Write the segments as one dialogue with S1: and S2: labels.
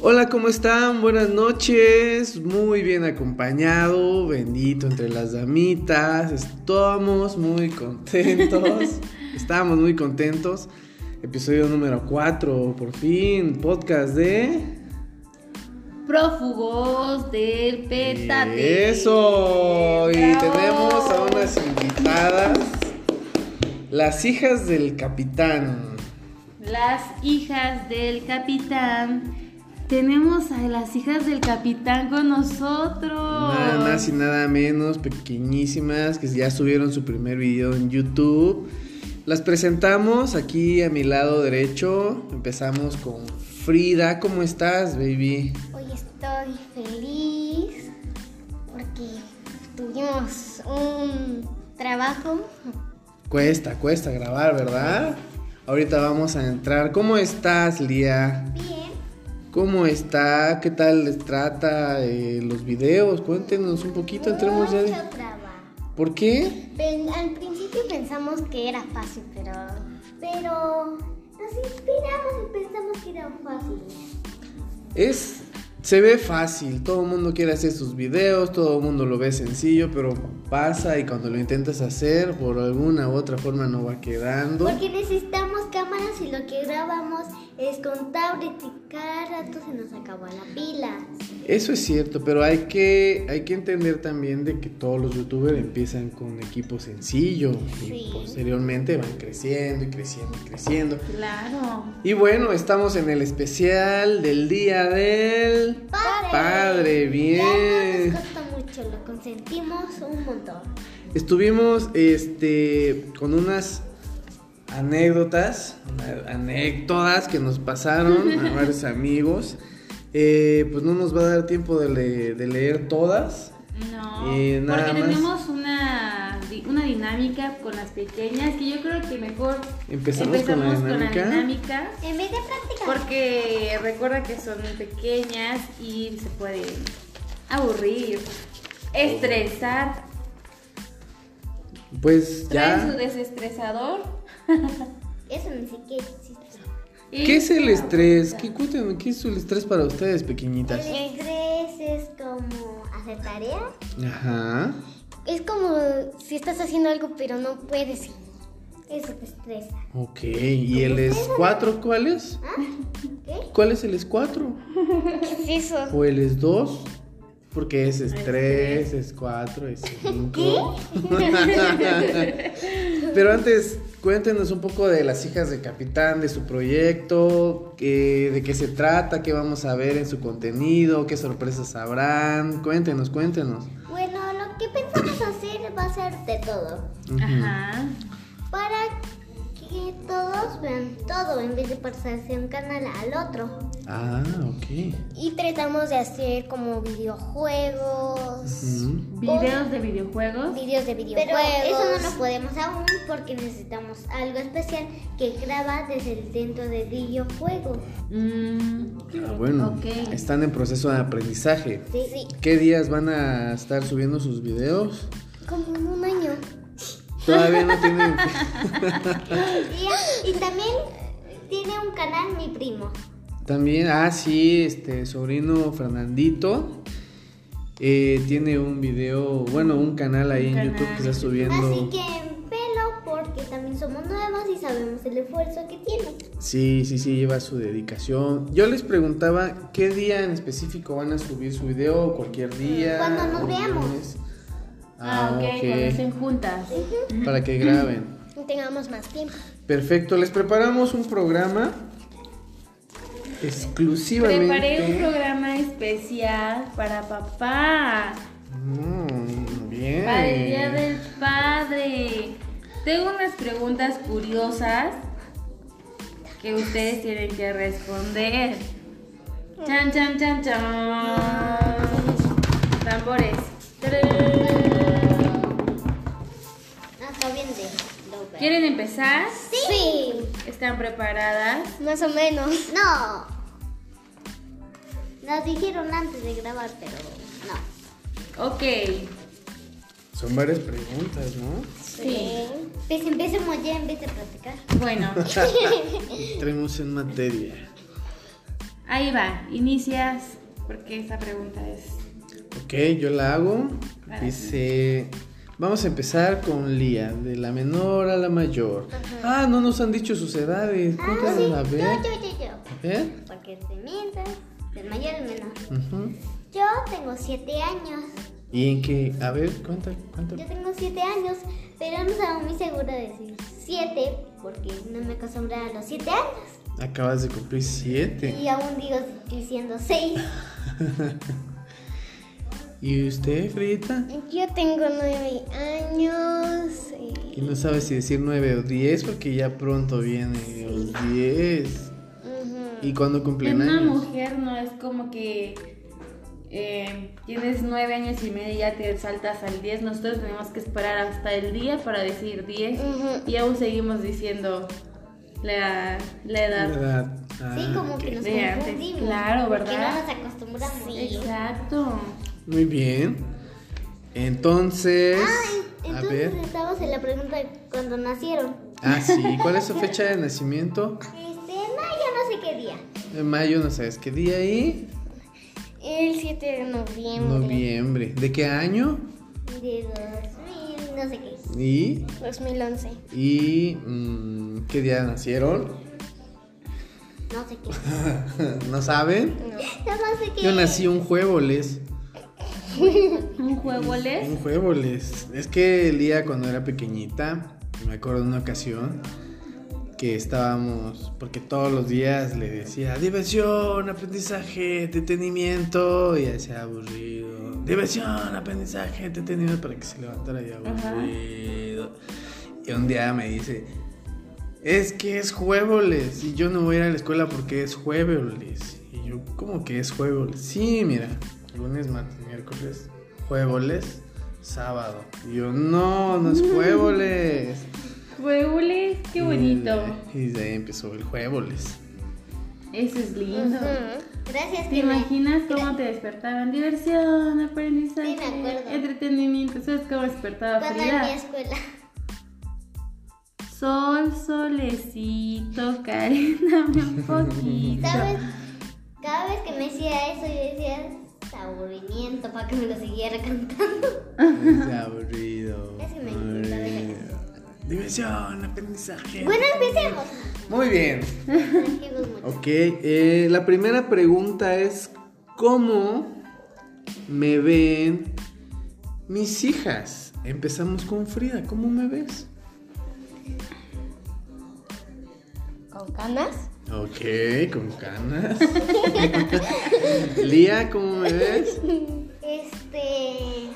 S1: Hola, ¿cómo están? Buenas noches. Muy bien acompañado, bendito entre las damitas. Estamos muy contentos. Estamos muy contentos. Episodio número 4, por fin, podcast de...
S2: Prófugos del petate.
S1: Eso. Y
S2: Bravo.
S1: tenemos a unas invitadas. Las hijas del capitán.
S2: Las hijas del capitán. Tenemos a las hijas del capitán con nosotros.
S1: Nada más y nada menos, pequeñísimas, que ya subieron su primer video en YouTube. Las presentamos aquí a mi lado derecho. Empezamos con Frida. ¿Cómo estás, baby?
S3: Hoy estoy feliz porque tuvimos un trabajo.
S1: Cuesta, cuesta grabar, ¿verdad? Ahorita vamos a entrar. ¿Cómo estás, Lía?
S3: Bien.
S1: ¿Cómo está? ¿Qué tal les trata eh, los videos? Cuéntenos un poquito, entremos ya. de-
S3: Mucho trabajo.
S1: ¿Por qué?
S3: Pen- al principio pensamos que era fácil, pero... Pero nos inspiramos y pensamos que era fácil.
S1: Es. Se ve fácil, todo el mundo quiere hacer sus videos, todo el mundo lo ve sencillo, pero pasa y cuando lo intentas hacer, por alguna u otra forma no va quedando.
S3: Porque necesitamos cámaras y lo que grabamos es con tablet y cada rato se nos acabó la pila.
S1: Eso es cierto, pero hay que, hay que entender también de que todos los youtubers empiezan con equipo sencillo
S3: Sí.
S1: y posteriormente van creciendo y creciendo y creciendo.
S2: Claro.
S1: Y bueno, estamos en el especial del Día del
S3: Padre.
S1: Padre,
S3: Ya no
S1: bien.
S3: nos costó mucho, lo consentimos un montón.
S1: Estuvimos este, con unas anécdotas, una- anécdotas que nos pasaron a varios amigos. Eh, pues no nos va a dar tiempo de, le- de leer todas.
S2: No.
S1: Y nada
S2: porque
S1: más.
S2: tenemos una, di- una dinámica con las pequeñas que yo creo que mejor
S1: Empezamos,
S2: empezamos
S1: con la dinámica.
S2: dinámica,
S3: En vez de practicar.
S2: Porque recuerda que son pequeñas y se pueden aburrir, estresar.
S1: Pues
S2: Traen su
S1: Oh. ya.
S2: desestresador.
S3: Eso ni siquiera existe.
S2: y-
S1: ¿Qué es el estrés? ¿Qué, cuéntenme, ¿qué es el estrés para ustedes, pequeñitas?
S2: Eh.
S3: El estrés es como hacer tarea.
S1: Ajá.
S3: Es como si estás haciendo algo pero no puedes. Eso te estresa.
S1: Ok. ¿Y el es 4 cuál es?
S2: ¿Ah?
S3: ¿Qué?
S1: ¿Cuál es el es 4?
S3: ¿Qué es eso?
S1: ¿O el es 2? Porque es estrés, es 4, es 5. Pero antes, cuéntenos un poco de las hijas del capitán, de su proyecto, eh, de qué se trata, qué vamos a ver en su contenido, qué sorpresas habrán. Cuéntenos, cuéntenos.
S3: Bueno, lo que pensamos hacer va a ser de todo.
S1: Ujú.
S2: Ajá.
S3: Para que todos vean todo en vez de pasarse de un canal al otro.
S1: Ah, ok.
S3: Y tratamos de hacer como videojuegos.
S1: Ujú.
S2: Videos de videojuegos.
S3: Videos de videojuegos. Pero eso no lo podemos aún porque necesitamos algo especial que graba desde el dentro del videojuego.
S2: Mm,
S1: Ah, bueno,
S2: Ok.
S1: están en proceso de aprendizaje.
S3: Sí.
S1: ¿Qué días van a estar subiendo sus videos?
S3: Como en un año.
S1: Todavía no tienen.
S3: Y, y también tiene un canal mi primo.
S1: También, ah, sí, este sobrino Fernandito eh, tiene un video, bueno, un canal ahí
S2: Un
S1: en
S2: canal.
S1: YouTube que está subiendo.
S3: Así Ah, que velo porque también somos nuevos y sabemos el esfuerzo que tiene.
S1: Sí, sí, sí, lleva su dedicación. Yo les preguntaba qué día en específico van a subir su video, cualquier día.
S3: Cuando nos
S1: o
S3: veamos.
S1: lunes.
S2: Ah,
S1: Ah,
S2: ok,
S1: ok.
S2: cuando estén juntas.
S1: Para que graben.
S3: Y tengamos más tiempo.
S1: Perfecto, les preparamos un programa exclusivamente.
S2: Preparé un programa especial para papá,
S1: Mm, bien.
S2: para el Día del Padre. Tengo unas preguntas curiosas que ustedes tienen que responder. Chan, chan, chan, chan. Tambores. Tarán.
S3: Hasta Ah, bien de lo veo.
S2: ¿Quieren empezar?
S3: Sí.
S2: ¿Están preparadas?
S3: Más o menos. No. Nos dijeron antes de grabar, pero no.
S2: Ok.
S1: Son varias preguntas, ¿no?
S2: Sí.
S3: Pues empecemos ya en vez de platicar.
S2: Bueno,
S1: Entremos en materia.
S2: Ahí va, inicias, porque esa pregunta es.
S1: Ok, yo la hago.
S2: Para ti.
S1: Dice, vamos a empezar con Lía, de la menor a la mayor. Ah, no nos han dicho sus edades.
S3: Ah,
S1: ¿Cuántas
S3: sí,
S1: van a
S3: yo,
S1: ver?
S3: yo, yo, yo.
S1: A ver.
S3: Porque te mientras, del mayor al menor.
S1: Ujú.
S3: Yo tengo 7 años.
S1: ¿Y en qué? A ver, cuánta, cuánta.
S3: Yo tengo 7 años, pero no estaba muy segura de decir 7 porque no me acostumbraba a los 7 años.
S1: Acabas de cumplir siete.
S3: Y aún digo diciendo 6.
S1: ¿Y usted, Frita?
S3: Yo tengo 9 años.
S1: Y no sabe si decir nueve o diez porque ya pronto viene los diez. ¿Y cuándo
S2: En
S1: cumplen
S2: una
S1: años?
S2: mujer no es como que eh, tienes nueve años y medio y ya te saltas al 10. Nosotros tenemos que esperar hasta el día para decir 10.
S3: Ujú.
S2: Y aún seguimos diciendo la, la edad.
S1: ¿Verdad?
S3: Sí,
S1: Ah,
S3: como
S1: ok.
S3: que nos
S2: De antes,
S3: confundimos.
S2: claro,
S3: Porque
S2: ¿verdad?
S3: no nos acostumbramos.
S2: Exacto.
S1: Muy bien. Entonces.
S3: Ah, en-
S1: a ver.
S3: entonces estabas en la pregunta de cuando nacieron.
S1: Ah, sí. ¿Cuál es su fecha de nacimiento?
S3: Este, mayo no sé qué día.
S1: En mayo, no sabes qué día ahí.
S3: El 7 de noviembre.
S1: Noviembre. ¿De qué año?
S3: De 2000, no sé qué.
S1: Y.
S3: 2011.
S1: y mm, ¿Qué día nacieron?
S3: No sé qué.
S1: ¿No saben?
S3: No. Nada más sé que.
S1: Yo nací un juevoles.
S2: Un juego les.
S1: Un juevoles. Es que el día cuando era pequeñita, me acuerdo de una ocasión que estábamos, porque todos los días le decía diversión, aprendizaje, entretenimiento, y hacía aburrido. Diversión, aprendizaje, entretenimiento, para que se levantara y aburrido. Y un día me dice, es que es juevoles y yo no voy a ir a la escuela porque es juevoles. Y yo, ¿cómo que es juevoles? Sí, mira, lunes, martes, miércoles, juevoles, sábado. Y yo, no, no es juevoles.
S2: Juegoles, qué bonito.
S1: Y de ahí empezó el juevoles.
S2: Eso es lindo.
S3: Gracias,
S2: ¿Te
S3: que me-
S2: imaginas cómo te despertaban? Diversión, aprendizaje,
S3: Sí, me acuerdo.
S2: entretenimiento. ¿Sabes cómo despertaba
S3: Cuando en mi
S2: Frida?
S3: escuela.
S2: Sol, solecito, caréname un poquito.
S3: ¿Sabes? Cada vez que me decía eso, yo decía "Es aburrimiento para que me lo siguiera cantando.
S1: Es aburrido.
S3: Es que me encanta ver
S1: aburrido. Diversión, aprendizaje.
S3: Bueno, empecemos.
S1: Muy bien.
S3: Trajimos mucho.
S1: Ok, eh, la primera pregunta es, ¿cómo me ven mis hijas? Empezamos con Frida, ¿cómo me ves?
S3: ¿Con canas?
S1: Ok, con canas. Lía, ¿cómo me ves?
S3: Este.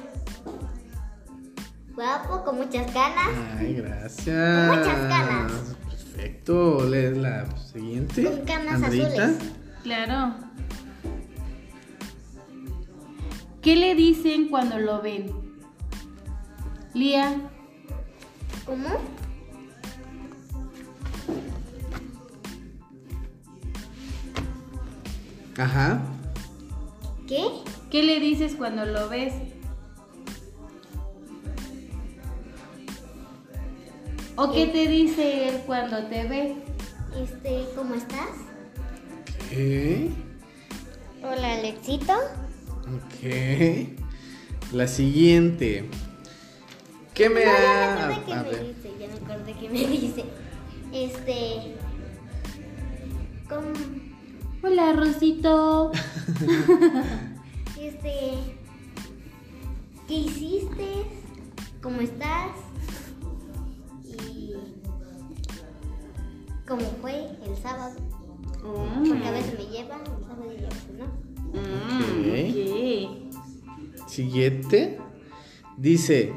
S3: Guapo, con muchas canas.
S1: Ay, gracias.
S3: Muchas canas.
S1: Perfecto, lees la siguiente.
S3: Con canas azules.
S2: Claro. ¿Qué le dicen cuando lo ven? Lía,
S3: ¿Cómo?
S1: Ajá.
S3: ¿Qué?
S2: ¿qué le dices cuando lo ves? ¿O qué te dice él cuando te ve?
S3: Este, ¿cómo estás?
S1: Ok.
S3: Hola, Alexito.
S1: Ok. La siguiente. ¿Qué me
S3: No, ya
S1: ha...
S3: me acordé que
S1: a
S3: me
S1: ver.
S3: dice, ya me acordé que me dice. Este. ¿Cómo?
S2: Hola, Rosito.
S3: Este. ¿Qué hiciste? ¿Cómo estás? Y. ¿Cómo fue el sábado?
S2: Mm,
S3: Porque a veces me llevan, el sábado y a veces no.
S2: mm, ok.
S1: Siguiente. Dice,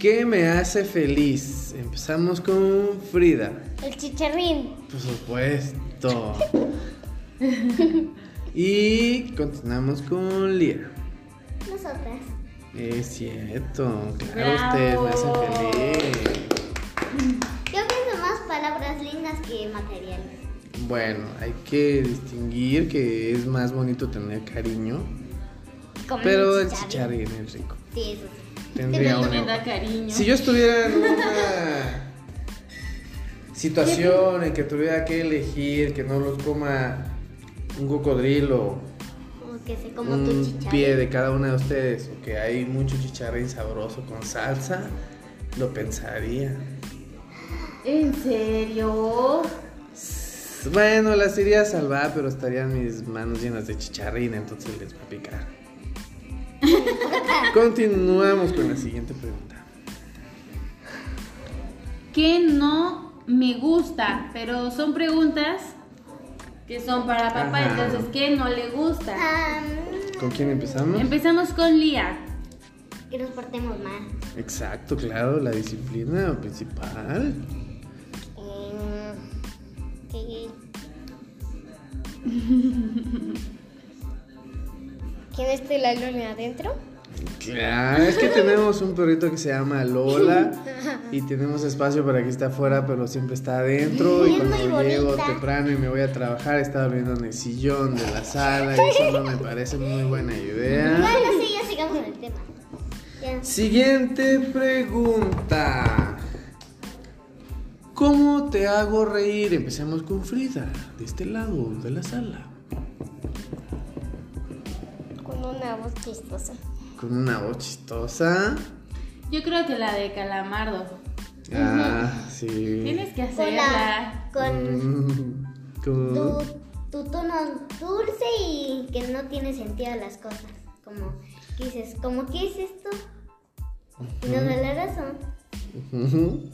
S1: ¿qué me hace feliz? Empezamos con Frida.
S3: El chicharrín.
S1: Por supuesto. y continuamos con Lía.
S3: Nosotras.
S1: Es cierto, claro, ustedes me
S2: Bravo.
S1: hacen feliz.
S3: Yo pienso más palabras lindas que materiales.
S1: Bueno, hay que distinguir que es más bonito tener cariño,
S3: Como
S1: pero el chicharrín es rico.
S3: Sí, eso
S1: Tendría
S3: Te
S2: No me
S1: una
S2: da cariño.
S1: Si yo estuviera en una situación en que tuviera que elegir que no los coma un cocodrilo,
S3: Como que se como tu
S1: un
S3: chicharra.
S1: pie de cada una de ustedes, o que hay mucho chicharrín sabroso con salsa, lo pensaría.
S2: ¿En serio?
S1: Bueno, las iría a salvar, pero estarían mis manos llenas de chicharrín, entonces les va a picar. Continuamos con la siguiente pregunta.
S2: ¿Qué no me gusta? Pero son preguntas que son para papá,
S1: Ajá.
S2: entonces ¿qué no le gusta?
S3: Ah,
S1: ¿Con quién empezamos?
S2: Empezamos con Lía.
S3: que nos portemos mal.
S1: Exacto, claro, la disciplina principal.
S3: Eh, que-
S4: ¿Quién esté la luna adentro?
S1: Claro, es que tenemos un perrito que se llama Lola y tenemos espacio para que esté afuera, pero siempre está adentro.
S3: Y
S1: Y
S3: es
S1: cuando
S3: muy
S1: llego
S3: bonita.
S1: temprano y me voy a trabajar, está durmiendo en el sillón de la sala y eso no me parece muy buena idea.
S3: Bueno, sí, ya sigamos con el tema. Ya.
S1: Siguiente pregunta. ¿Cómo te hago reír? Empecemos con Frida, de este lado de la sala.
S4: Con una voz chistosa.
S1: Con una voz chistosa.
S2: Yo creo que la de Calamardo.
S1: Ah, sí.
S2: Tienes que
S3: Con,
S2: hacerla.
S3: la, con
S1: Mm, con-
S3: tu, tu tono dulce y que no tiene sentido las cosas. Como que dices, como que es esto? Y nos da la razón.
S1: Ujú.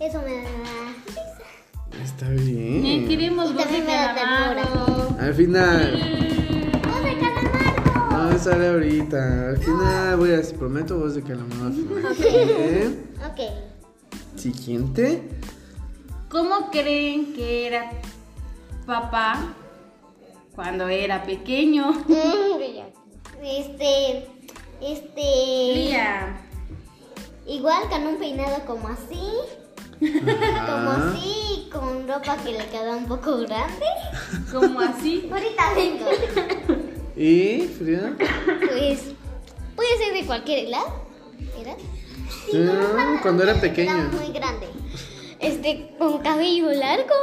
S3: Eso me da...
S1: Está
S2: Eh,
S1: bien.
S2: queremos
S3: Y
S2: voz de
S3: también me da
S2: Calamardo.
S1: Al final.
S3: ¡Voz de calamardo!
S1: No me sale ahorita. Al final voy a prometo voz de calamar. al final, ¿eh?
S3: Ok.
S1: Siguiente.
S2: ¿Cómo creen que era papá cuando era pequeño?
S3: Este, este,
S2: Lía.
S3: igual con un peinado como así, como
S1: Ajá.
S3: así, con ropa que le queda un poco grande.
S2: ¿Cómo así?
S3: Ahorita vengo.
S1: ¿Y Frida?
S4: Pues
S3: Puede ser de cualquier edad. ¿Edad?
S1: Ah, cuando era pequeño.
S3: Muy grande.
S4: este con cabello largo.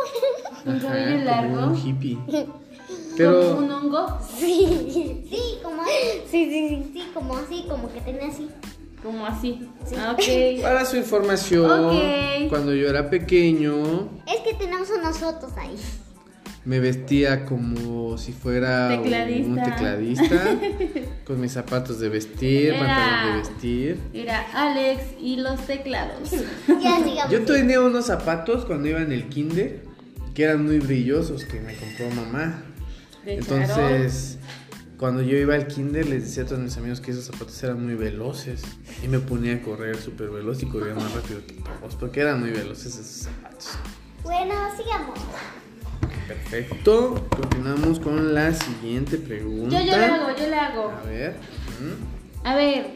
S2: Un
S1: Ajá,
S2: cabello
S1: como
S2: largo.
S1: Un hippie.
S2: ¿Como un
S1: Pero.
S2: hongo?
S3: Sí, sí, como así. Sí, sí, sí, sí, como así, como que tenía así.
S2: ¿Cómo así? Ah, Ok.
S1: Para su información,
S2: Ok.
S1: cuando yo era pequeño,
S3: Es que tenemos unas fotos ahí.
S1: me vestía como si fuera
S2: Tecladista.
S1: un tecladista, con mis zapatos de vestir,
S2: Era-
S1: pantalón de vestir.
S2: Era Alex y los teclados.
S3: Ya sigamos.
S1: Yo tenía unos zapatos cuando iba en el kinder que eran muy brillosos que me compró mamá.
S2: De
S1: Entonces, cuando yo iba al kinder les decía a todos mis amigos que esos zapatos eran muy veloces y me ponía a correr súper veloz y corría más rápido que todos porque eran muy veloces esos zapatos.
S3: Bueno, sigamos.
S1: Perfecto. Continuamos con la siguiente
S2: Charo. Yo,
S1: pregunta.
S2: yo le hago, yo le hago.
S1: A ver. ujú.
S2: A ver,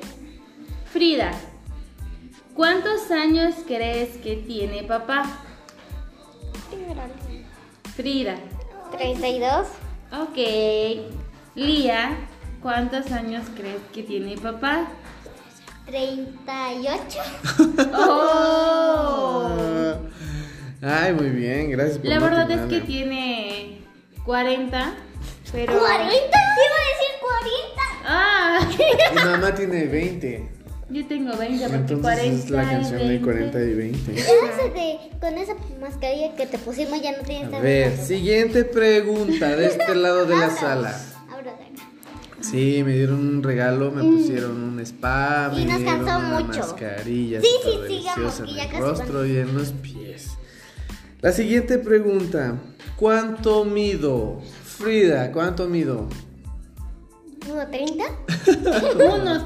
S2: Frida, ¿cuántos años crees que tiene papá? Frida,
S4: 32.
S2: ok. Lía, ¿cuántos años crees que tiene papá?
S3: 38.
S2: ¡Oh!
S1: Ay, muy bien, gracias por
S2: La verdad es
S1: atinarle.
S2: que tiene 40, pero...
S3: ¿40? Iba a decir 40.
S2: ¡Ah!
S1: Mi mamá tiene 20.
S2: Yo tengo 20 porque
S1: Entonces
S2: 40
S1: es la canción de 40 y 20.
S3: Ese de- con esa mascarilla que te pusimos ya no tienes
S1: A
S3: tan
S1: ver,
S3: razón.
S1: siguiente pregunta de este lado de la
S3: Ahora,
S1: sala.
S3: Ahora de acá.
S1: Sí, me dieron un regalo, me pusieron un spa,
S3: Mm. Y
S1: me
S3: nos
S1: dieron
S3: cansó
S1: una
S3: mucho.
S1: mascarilla
S3: Sí,
S1: súper
S3: sí, sigamos,
S1: deliciosa
S3: que
S1: en
S3: ya
S1: el
S3: casi
S1: rostro y en los pies. La siguiente pregunta, ¿cuánto mido? Frida, ¿cuánto mido?
S4: ¿Uno 30?
S2: Unos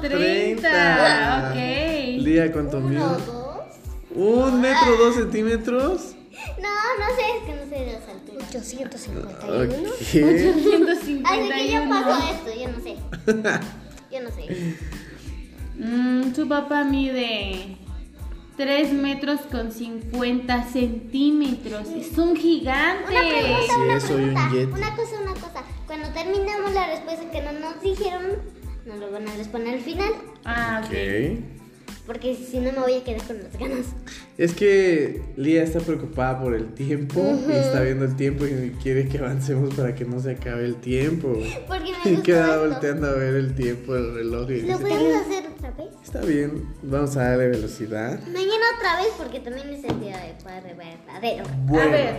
S1: 30.
S2: 30. Ok.
S1: Lía, ¿cuánto
S3: Uno,
S1: mido?
S3: dos. Ah.
S1: ¿Un metro, dos centímetros?
S3: No, no sé, es que no sé de las alturas.
S4: 851.
S1: Ok.
S2: 151.
S3: Ay, de que yo paso esto, yo no sé. Yo no sé.
S2: Mm, su papá mide 3 metros con 50 centímetros. Es un gigante.
S3: Una pregunta,
S1: Sí,
S3: una
S1: soy un
S3: pregunta.
S1: yeti.
S3: Una cosa, una cosa. Cuando terminamos la respuesta que no nos dijeron, nos lo van a responder al final.
S2: Ah, ok.
S1: Ok.
S3: Porque si no me voy a quedar con las ganas.
S1: Es que Lía está preocupada por el tiempo y está viendo el tiempo y quiere que avancemos para que no se acabe el tiempo.
S3: Porque me
S1: Y
S3: gustó
S1: queda
S3: esto.
S1: volteando a ver el tiempo del reloj y dice,
S3: ¿Lo podemos hacer otra vez?
S1: está bien, vamos a darle velocidad.
S3: Mañana otra vez porque también es el día de padre verdadero.
S1: Bueno.
S2: A ver,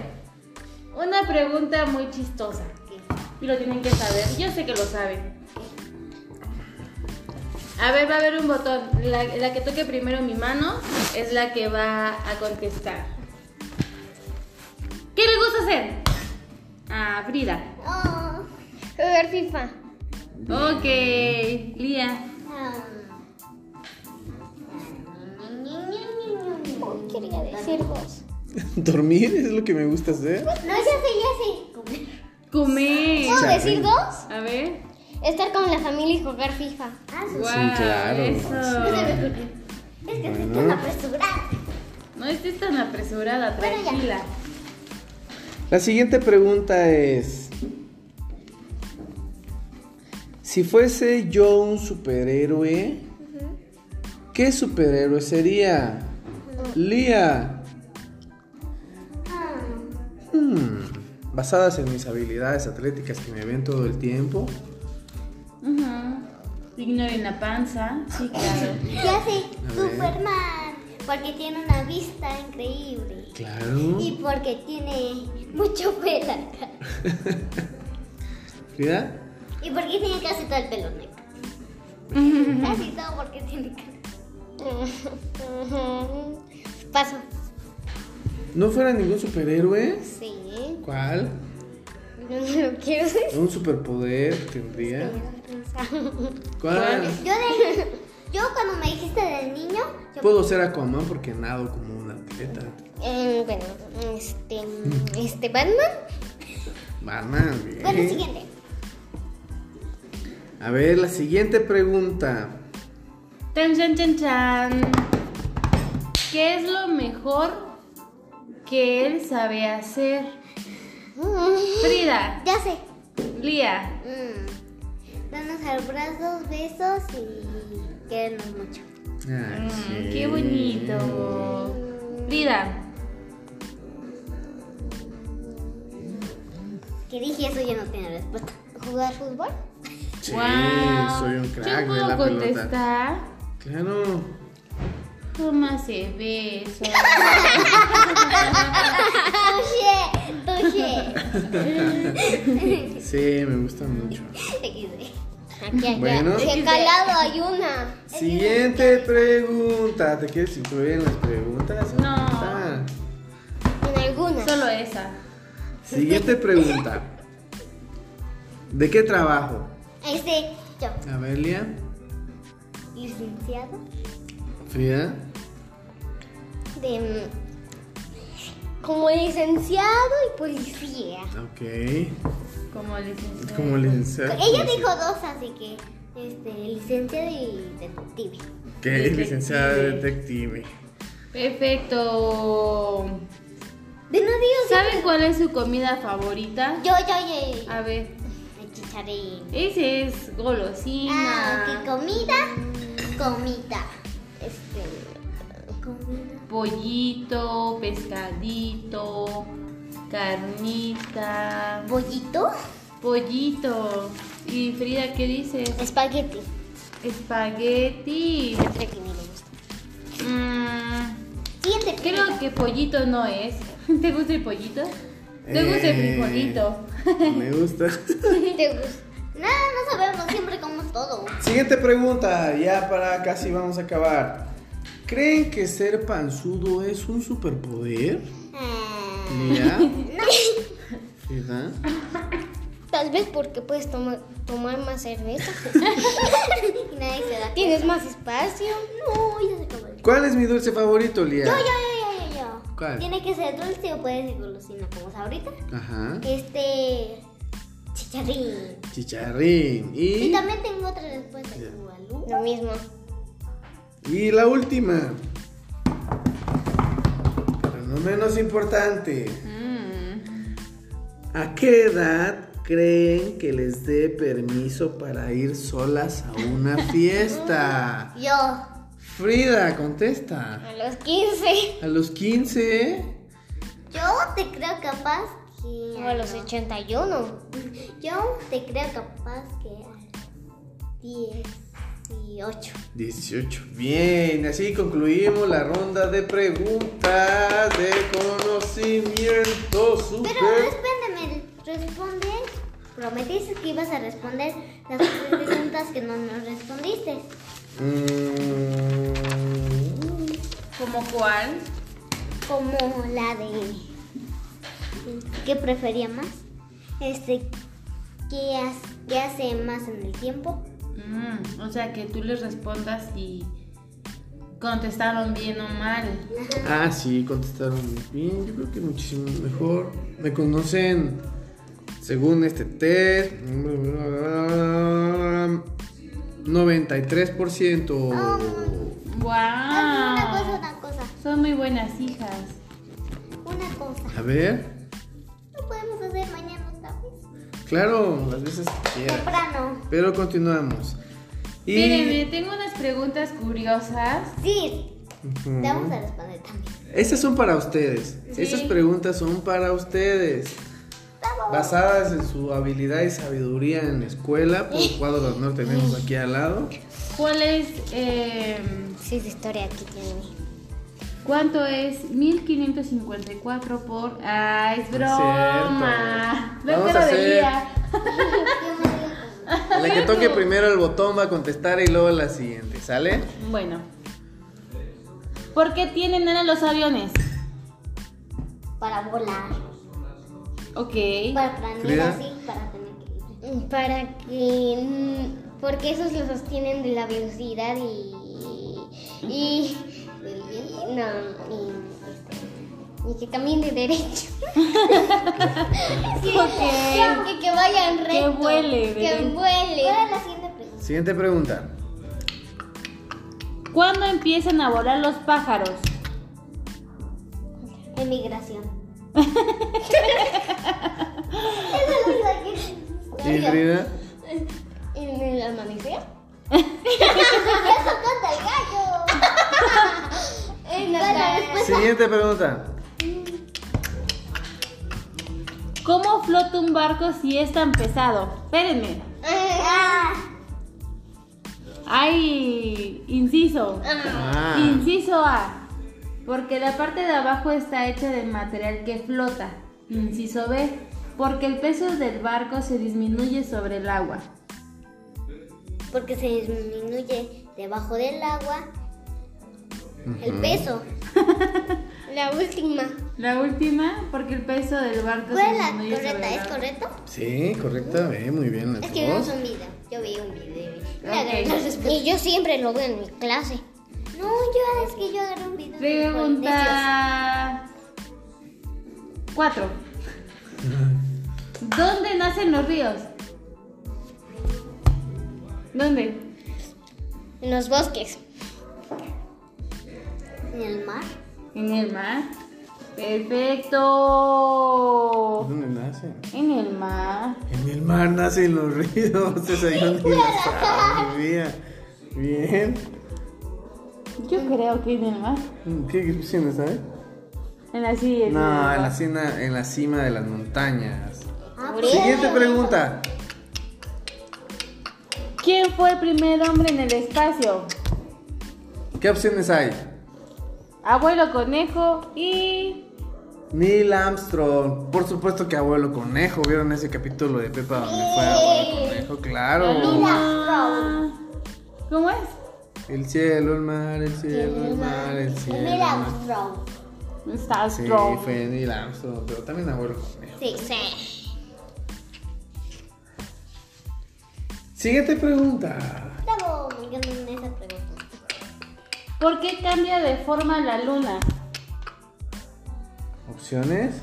S2: una pregunta muy chistosa. Y lo tienen que saber. Yo sé que lo saben. A ver, va a haber un botón. La, la que toque primero mi mano es la que va a contestar. ¿Qué le gusta hacer? Ah, Frida.
S3: Oh,
S4: Jugar FIFA.
S2: Ok, Lía.
S3: ah.
S4: Oh, quería decir vos.
S1: Dormir es lo que me gusta hacer.
S3: No, ya sé, ya sé.
S2: Comer.
S4: ¿Puedo
S1: Chale.
S4: decir dos?
S2: A ver.
S4: Estar con la familia y jugar FIFA.
S3: Ah, su-
S2: Guau,
S1: claro.
S2: Eso.
S3: Es que estoy
S1: Bueno.
S3: tan apresurada.
S2: No estés tan apresurada,
S3: Bueno, ya.
S2: tranquila.
S1: La siguiente pregunta es, si fuese yo un superhéroe, ¿qué superhéroe sería?
S3: Mm.
S1: Lía,
S3: Ah,
S1: hmm, basadas en mis habilidades atléticas que me ven todo el tiempo,
S2: Ujú. Ignoren la panza. Sí, claro.
S3: Ya sé,
S1: A ver.
S3: Superman. Porque tiene una vista increíble.
S1: claro.
S3: Y porque tiene mucho pelo acá.
S1: Frida,
S3: Y porque tiene casi todo el pelo negro. casi todo porque tiene ca-
S4: Paso.
S1: ¿no fuera ningún superhéroe?
S4: Sí.
S3: ¿eh?
S1: ¿Cuál?
S4: No lo quiero decir.
S1: ¿Un superpoder tendría? ¿Cuál?
S3: Yo de- Yo cuando me dijiste del niño, yo
S1: Puedo ser Aquaman porque nado como un atleta.
S4: Eh, bueno, este. Este Batman.
S1: Batman, bien.
S3: Bueno, siguiente.
S1: A ver, la siguiente pregunta.
S2: Tan, chan, chan, chan. ¿Qué es lo mejor que él sabe hacer? Frida,
S3: Ya sé.
S2: Lía.
S3: Mm, Danos abrazos, besos y querernos mucho.
S1: Ay,
S2: Mm,
S1: Ah, sí.
S2: qué bonito. Frida,
S3: Que dije eso ya no tiene respuesta. ¿Jugar fútbol?
S1: Sí,
S2: wow.
S1: soy un crack
S2: Yo
S1: de
S2: puedo
S1: la pelota.
S2: contestar.
S1: Claro.
S2: Tómase besos.
S3: ¡Touché! ¡Touché!
S1: Sí, me gusta mucho.
S4: Aquí, aquí.
S1: Bueno.
S4: De calado hay una.
S1: Siguiente pregunta. ¿Te quieres incluir en las preguntas?
S2: No.
S1: Amita?
S4: En alguna.
S2: Solo esa.
S1: Siguiente pregunta. ¿De qué trabajo?
S3: Este, yo.
S1: A ver, Lia.
S3: ¿Licenciado?
S1: Frida.
S4: De. mm, Como licenciado y policía.
S1: Ok.
S2: Como
S1: Es
S2: licenciada.
S1: como licenciado.
S3: Ella dijo dos, así que. Este, licenciado y detective.
S1: Ok, licenciada detective.
S2: Perfecto.
S3: De no digo
S2: ¿Saben cuál es su comida favorita?
S3: Yo, yo, yo.
S2: A ver,
S3: El chicharrín.
S2: ese es golosina.
S3: Ah, que comida, comida. Este, comida.
S2: Pollito, pescadito, carnita,
S3: ¿Bollito?
S2: pollito. Y Frida, ¿qué dices?
S4: Espagueti.
S2: Espagueti.
S4: Creo que ni me gusta.
S2: Mm,
S3: Siguiente.
S2: creo que pollito no es. ¿Te gusta el pollito? ¿Te gusta el
S1: Eh.
S2: frijolito?
S1: Me gusta.
S4: ¿Te gusta?
S3: Nada, no sabemos, siempre como todo.
S1: Siguiente pregunta, ya para casi vamos a acabar. ¿Creen que ser panzudo es un superpoder?
S3: Ah,
S1: Mira. ¿Verdad?
S4: Tal vez porque puedes tomar, tomar más cerveza.
S3: y nadie se da.
S4: Tienes más espacio.
S3: No, ya se acabó. el-
S1: ¿Cuál es mi dulce favorito, Lía?
S3: Yo, yo, yo, yo, yo.
S1: ¿Cuál?
S3: Tiene que ser dulce o puede ser golosina, como ahorita.
S1: Ajá.
S3: Este. Chicharrín.
S1: Chicharrín.
S3: Y
S1: Y,
S3: también tengo otra respuesta. Gualú.
S4: Lo mismo.
S1: y la última. Pero no menos importante.
S2: Mm.
S1: ¿A qué edad creen que les dé permiso para ir solas a una fiesta?
S3: Yo.
S1: Frida, contesta.
S4: A los 15.
S1: A los 15.
S3: Yo te creo capaz que.
S4: O a los 81.
S3: Yo te creo capaz que. a 18.
S1: 18. Bien, así concluimos la ronda de preguntas de conocimiento super.
S3: Pero respóndeme, respondes. Prometiste que ibas a responder las preguntas que no nos respondiste.
S1: Mm,
S2: ¿Como cuál?
S3: Como la de. ¿Qué prefería más? Este. ¿Qué, ha- qué hace más en el tiempo?
S2: Mm, o sea, que tú les respondas y contestaron bien o mal.
S1: Ah, sí, contestaron bien. Yo creo que muchísimo mejor. Me conocen según este test. 93%.
S3: Ah, Una cosa,
S2: ¡Wow!
S3: una cosa,
S2: Son muy buenas hijas.
S3: una cosa.
S1: A ver.
S3: Lo podemos hacer mañana otra vez.
S1: Claro, las veces que quieras.
S3: Temprano.
S1: Pero continuamos. Y...
S2: Espérenme, tengo unas preguntas curiosas.
S3: Sí,
S1: Ujú.
S3: te vamos a responder también.
S1: Estas son para ustedes.
S2: Sí.
S1: Estas preguntas son para ustedes.
S3: Vamos.
S1: Basadas en su habilidad y sabiduría en la escuela, por cuadro de honor tenemos aquí al lado.
S2: ¿Cuál es, eh,
S4: Sí, de historia aquí tiene.
S2: cuánto es 1554 por... ¡Ah, es
S1: No es cierto.
S2: broma! No
S1: Vamos
S2: te lo
S1: a hacer-
S2: debía.
S1: La que toque primero el botón va a contestar y luego la siguiente, ¿sale?
S2: Bueno. ¿Por qué tienen en los aviones?
S3: Para volar.
S2: Ok.
S3: Para planear
S1: Frida.
S3: así, para tener que ir.
S4: Para que. mm, Porque esos los sostienen de la velocidad y. Y. y- no, y. este, y que camine derecho. Sí,
S2: Ok.
S4: que, que vayan recto.
S2: vuele
S4: Que
S2: derecho.
S4: vuele.
S3: ¿Cuál es la siguiente pregunta?
S1: Siguiente pregunta.
S2: ¿Cuándo empiezan a volar los pájaros?
S3: Emigración. Eso lo saqué.
S1: ¿Y Frida?
S4: En el amanecer.
S3: Eso canta el gallo.
S4: En la
S3: Para
S4: tarde.
S3: después.
S1: Siguiente pregunta.
S2: ¿Cómo flota un barco si es tan pesado? Espérenme.
S3: Ah,
S2: Ay, inciso.
S1: Ah,
S2: Inciso A. Porque la parte de abajo está hecha de material que flota. Inciso B. Porque el peso del barco se disminuye sobre el agua.
S3: porque se disminuye debajo del agua el peso.
S4: La última.
S2: La última, porque el peso del barco se
S3: ¿Cuál es la
S2: disminuye sobre
S3: correcta?
S2: el
S3: ¿Es
S2: agua.
S3: correcto?
S1: sí, correcta, ve, muy bien las
S3: Es que vimos
S1: dos.
S3: un video. Yo vi un video. y
S2: Ok.
S3: Me agarré la respuesta.
S4: Y yo siempre lo veo en mi clase.
S3: No, yo es que yo agarré un video. de polinesios.
S2: Pregunta 4. ¿Dónde nacen los ríos? ¿Dónde?
S4: En los bosques.
S3: En el mar.
S2: En el mar. Perfecto.
S1: ¿Dónde nace?
S2: En el mar.
S1: En el mar nacen los ríos. Esa yo ni la sabía. Bien.
S2: Yo creo que en el mar.
S1: ¿Qué se me sabe?
S2: En la silla.
S1: No, en la, cima, en la cima de las montañas.
S3: Ah, pues,
S1: Siguiente pregunta.
S2: ¿Quién fue el primer hombre en el espacio?
S1: ¿Qué opciones hay?
S2: Abuelo conejo y.
S1: Neil Armstrong. Por supuesto que abuelo conejo. ¿Vieron ese capítulo de Pepa donde fue abuelo conejo?
S2: la
S1: Claro.
S2: luna. ¿Cómo es?
S1: El cielo, el mar, el cielo, el mar, el cielo. el
S3: Neil
S1: mar.
S3: Armstrong.
S2: Está
S1: Sí,
S2: strong.
S1: fue Neil Armstrong, pero también abuelo conejo.
S3: Sí, sí.
S1: Siguiente pregunta.
S3: Estaba me encantan esas preguntas.
S2: ¿Por qué cambia de forma la luna?
S1: ¿Opciones?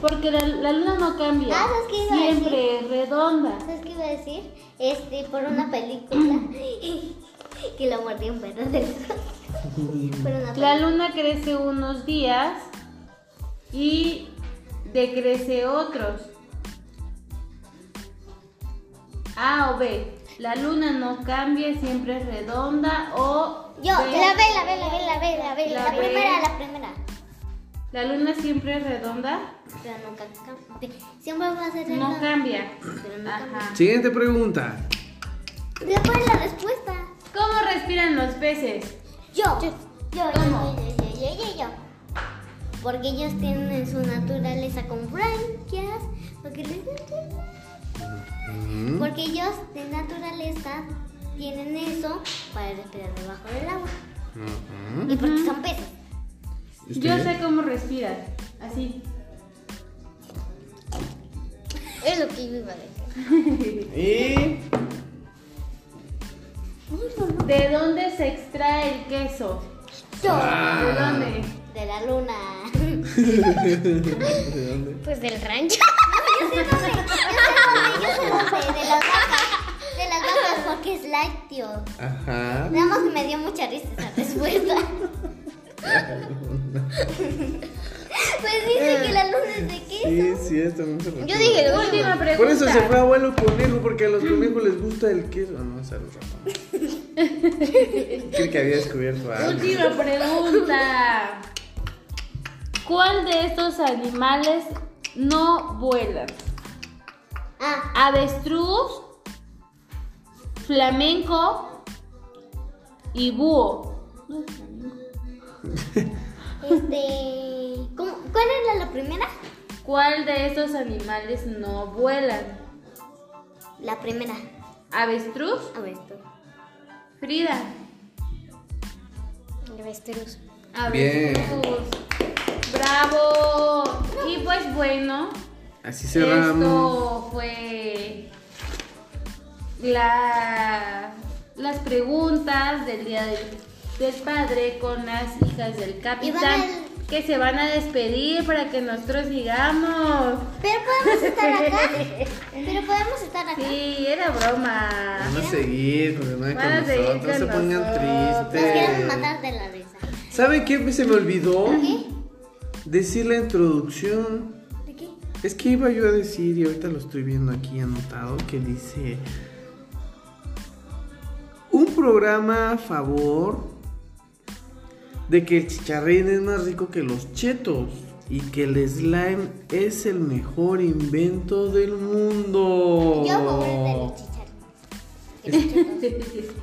S2: Porque la, la luna no cambia.
S3: Ah, ¿sabes qué iba a
S2: Siempre es redonda.
S3: ¿Sabes qué iba a decir? Este, por una película que lo mordió un perro de Por una
S2: La
S3: película.
S2: luna crece unos días y decrece otros. A o B. La luna no cambia, siempre es redonda o...
S4: Yo, la
S2: ve-
S4: B, la B, la B, la B, la B,
S2: La
S4: la,
S2: B.
S4: primera, la primera.
S2: La luna siempre es redonda,
S4: Pero nunca cambia.
S3: Siempre va a ser
S2: no
S3: redonda,
S2: cambia.
S3: pero no cambia.
S2: Ajá.
S1: Siguiente pregunta.
S3: Ya pones la respuesta.
S2: ¿Cómo respiran los peces?
S3: Yo. Yo, yo,
S4: ¿Cómo?
S3: yo, yo, yo, yo, yo, yo. Porque ellos tienen en su naturaleza con branquias. Porque, les-
S1: Mm,
S3: porque ellos de naturaleza tienen eso para respirar debajo del agua.
S1: ujú.
S3: Y porque son peces.
S1: Este,
S2: Yo sé cómo respiran. Así.
S4: Es lo que yo iba a decir.
S1: Y
S2: ¿De dónde se extrae el queso? ¿De dónde?
S3: De la luna.
S1: ¿de dónde?
S4: Pues del rancho.
S3: de las vacas. De las vacas porque es lácteo.
S1: Ajá.
S3: Nada más que me dio mucha risa esa respuesta. pues dice que la luna es de qué.
S1: Sí, sí, está muy cerrado.
S4: Yo dije lo último.
S2: Última pregunta.
S1: Por eso se fue abuelo conejo, porque a los conejos les gusta el queso. Ah, No, esa es otra. Creo que había descubierto algo.
S2: Última pregunta. ¿Cuál de estos animales no vuela?
S3: Ah,
S2: Avestruz, flamenco y búho.
S3: este. ¿cómo- ¿Cuál era la primera?
S2: ¿Cuál de estos animales no vuelan?
S3: La primera.
S2: Avestruz,
S3: A ver, esto.
S2: Frida.
S4: Avestruz.
S1: Bien.
S2: Avestruz. Bravo. Y pues bueno,
S1: Así cerramos.
S2: Esto fue la- las preguntas del Día del, del Padre con las hijas del capitán
S3: al-
S2: que se van a despedir para que nosotros sigamos.
S3: Pero podemos estar acá. Pero podemos estar acá.
S2: Sí, era broma.
S1: Van a seguir, continúen
S2: Van a
S1: con
S2: seguir
S1: nosotros,
S2: con
S1: se pongan
S2: nosotros.
S1: Este,
S3: Nos quieren
S1: tristes.
S3: matar de la risa.
S1: ¿Saben qué se me olvidó?
S3: ¿Qué?
S1: Decir la introducción.
S3: ¿De qué?
S1: Es que iba yo a decir, y ahorita lo estoy viendo aquí anotado, que dice... Un programa a favor de que el chicharrín es más rico que los chetos y que el slime es el mejor invento del mundo.
S3: Yo favorita de los
S1: Oh.
S3: chicharros.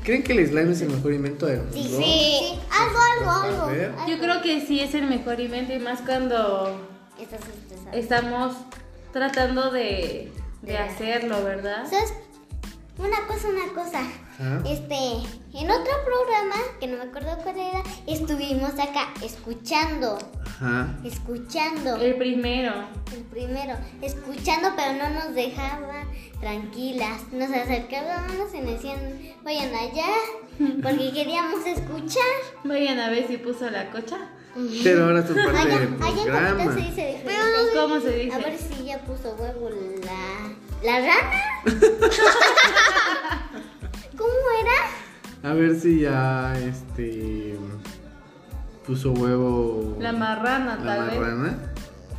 S1: ¿Creen que el slime es el mejor invento del mundo?
S3: Sí. Algo, algo,
S1: A ver.
S3: algo.
S2: Yo creo que sí es el mejor invento y más cuando
S3: Estás estresada.
S2: estamos tratando de, de hacerlo, ¿verdad?
S3: ¿Sabes? Una cosa, una cosa.
S1: Ajá.
S3: Este, en otro programa, que no me acuerdo cuál era, estuvimos acá escuchando,
S1: Ajá.
S3: escuchando, el,
S2: El primero.
S3: primero, escuchando, pero no nos dejaban tranquilas. Nos acercábamos y nos decían, vayan allá, porque queríamos escuchar.
S2: Vayan a ver si puso la cocha.
S1: Pero ahora tu parte
S3: Allá,
S1: del
S3: allá en Capitán
S1: programa.
S3: se dice diferente.
S2: ¿Cómo se
S3: A ver
S2: dice?
S3: si ya puso huevo la, la rana. ¿Cómo era?
S1: A ver si ya este puso huevo
S2: La marrana,
S1: la
S2: tal vez.
S1: marrana.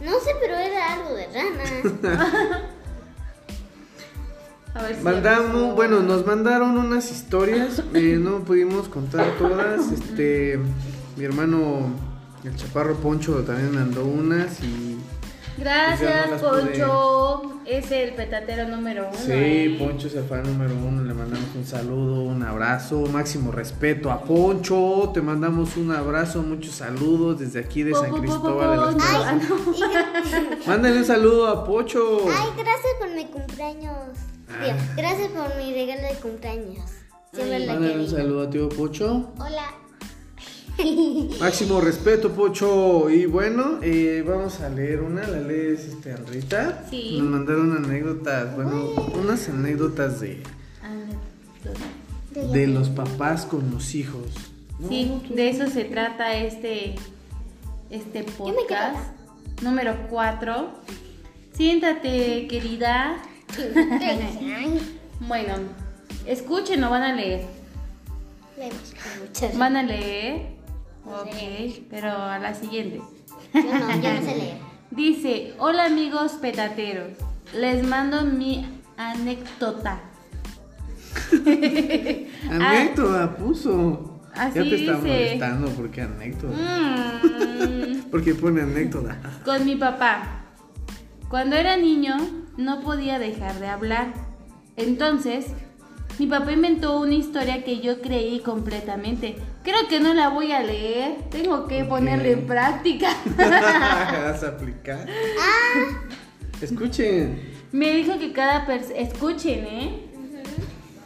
S3: No sé, pero era algo de rana.
S2: A ver si
S1: Mandamos,
S2: avisó.
S1: bueno, nos mandaron unas historias, eh, no pudimos contar todas. Este, mi hermano el chaparro Poncho también mandó unas y
S2: Gracias,
S1: Pues ya no las
S2: Poncho. Es el petatero número uno.
S1: sí,
S2: ¿eh?
S1: Poncho es el fan número uno. Le mandamos un saludo, un abrazo, máximo respeto a Poncho. Te mandamos un abrazo, muchos saludos desde aquí de
S2: Po,
S1: San
S2: po, po,
S1: Cristóbal. de las
S2: Poncho.
S1: Casas.
S2: Ah, no.
S3: Y gra-
S1: Mándale un saludo a Pocho.
S3: Ay, gracias por mi cumpleaños.
S1: Ah.
S3: Digo, gracias por mi regalo de cumpleaños. Siempre
S2: Ay.
S3: lo
S1: Mándale un
S3: quería.
S1: saludo a tío Pocho.
S3: Hola.
S1: Máximo respeto, Pocho. Y bueno, eh, vamos a leer una. La lees, este, Anrita.
S2: Sí.
S1: Nos mandaron anécdotas. Bueno, unas anécdotas de,
S2: Ah,
S1: de los papás con los hijos. No,
S2: Sí,
S1: no, tú-
S2: de eso se trata este, este podcast número 4. Siéntate, querida. Bueno, escuchen, no van a leer.
S3: Leemos con mucha-
S2: Van a leer. Ok, pero a la siguiente.
S3: Yo no, yo no sé leer.
S2: Dice, hola amigos petateros, les mando mi anécdota.
S1: Anécdota puso.
S2: Ah. así
S1: ya te está
S2: dice.
S1: molestando porque anécdota.
S2: Mm.
S1: Porque pone anécdota.
S2: Con mi papá. Cuando era niño no podía dejar de hablar. Entonces, mi papá inventó una historia que yo creí completamente. Creo que no la voy a leer. Tengo que
S1: Ok.
S2: ponerla en práctica.
S1: Vas a aplicar.
S2: Ah.
S1: Escuchen.
S2: Me dijo que cada persona... Escuchen, ¿eh?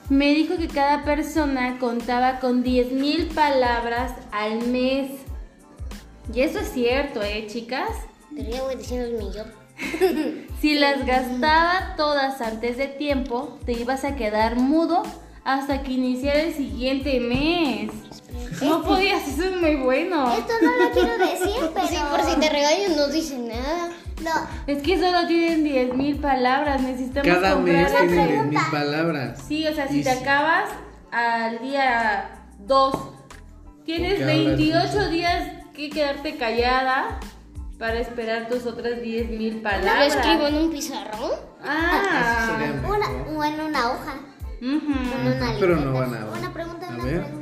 S2: Me dijo que cada persona contaba con 10.000 palabras al mes. Y eso es cierto, ¿eh, chicas?
S4: Pero ya voy diciendo mi yo.
S2: Si las gastaba todas antes de tiempo, te ibas a quedar mudo hasta que iniciara el siguiente mes. No podías, eso es muy bueno.
S3: Esto no lo quiero decir, pero.
S4: Sí, por si te regañan no dicen nada.
S3: No,
S2: Es que solo tienen 10.000 palabras, necesitamos
S1: Cada mes
S2: comprarlas.
S1: tiene 10 mil palabras.
S2: Sí, o sea,
S1: Y
S2: si te
S1: si-
S2: acabas al día 2, tienes
S1: Porque hablas
S2: 28 días que quedarte callada para esperar tus otras 10.000
S4: Lo
S2: palabras.
S4: escribo en un pizarrón.
S1: Eso sería
S2: Ah.
S3: una,
S1: mejor.
S3: o en una hoja.
S2: Ujú.
S3: en una
S1: Pero no
S3: libreta.
S1: van a-
S3: Una pregunta,
S1: a
S3: una
S1: ver.
S3: pregunta.